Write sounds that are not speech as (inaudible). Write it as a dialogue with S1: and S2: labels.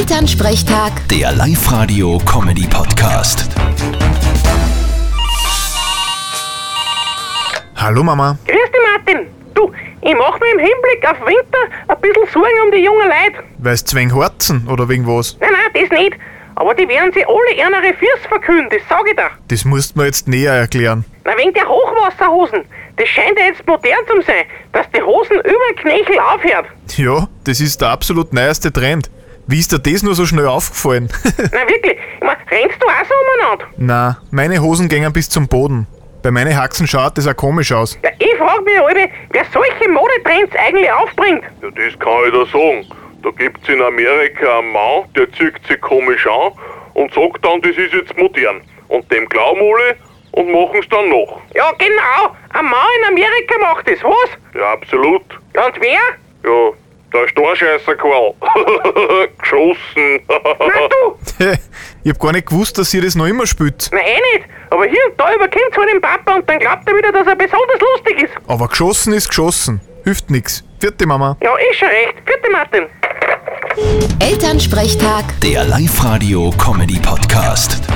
S1: Elternsprechtag,
S2: Der Live-Radio-Comedy-Podcast.
S3: Hallo Mama.
S4: Grüß dich, Martin. Du, ich mach mir im Hinblick auf Winter ein bisschen Sorgen um die jungen Leute.
S3: Weil's zwäng Horzen oder wegen was?
S4: Nein, nein, das nicht. Aber die werden sich alle ihre Füße verkühlen, das sag ich dir.
S3: Das musst du mir jetzt näher erklären.
S4: Na, wegen der Hochwasserhosen. Das scheint ja jetzt modern zu sein, dass die Hosen über den Knöchel aufhört.
S3: Ja, das ist der absolut neueste Trend. Wie ist dir das nur so schnell aufgefallen? (laughs)
S4: Na wirklich, ich mein, rennst du auch so umeinander?
S3: Na, meine Hosen gingen bis zum Boden. Bei meinen Haxen schaut das auch komisch aus. (laughs)
S4: Ja, ich frag mich alle, wer solche Modetrends eigentlich aufbringt.
S5: Ja, das kann ich dir sagen. Da gibt's in Amerika einen Mann, der zieht sich komisch an und sagt dann, das ist jetzt modern. Und dem glauben alle und machen's dann noch.
S4: Ja, genau. Ein Mann in Amerika macht das, was?
S5: Ja, absolut.
S4: Ja, Und wer?
S5: Ja, der Storscheißerkerl. (laughs) Geschossen. (laughs)
S4: Na du!
S3: ich hab gar nicht gewusst, dass ihr das noch immer spielt.
S4: Na eh nicht. Aber hier und da überkommt's halt den Papa und dann glaubt er wieder, dass er besonders lustig ist.
S3: Aber geschossen ist geschossen. Hilft nix. Vierte Mama.
S4: Ja, ist schon recht. Vierte Martin.
S1: Elternsprechtag.
S2: Der Live-Radio-Comedy-Podcast.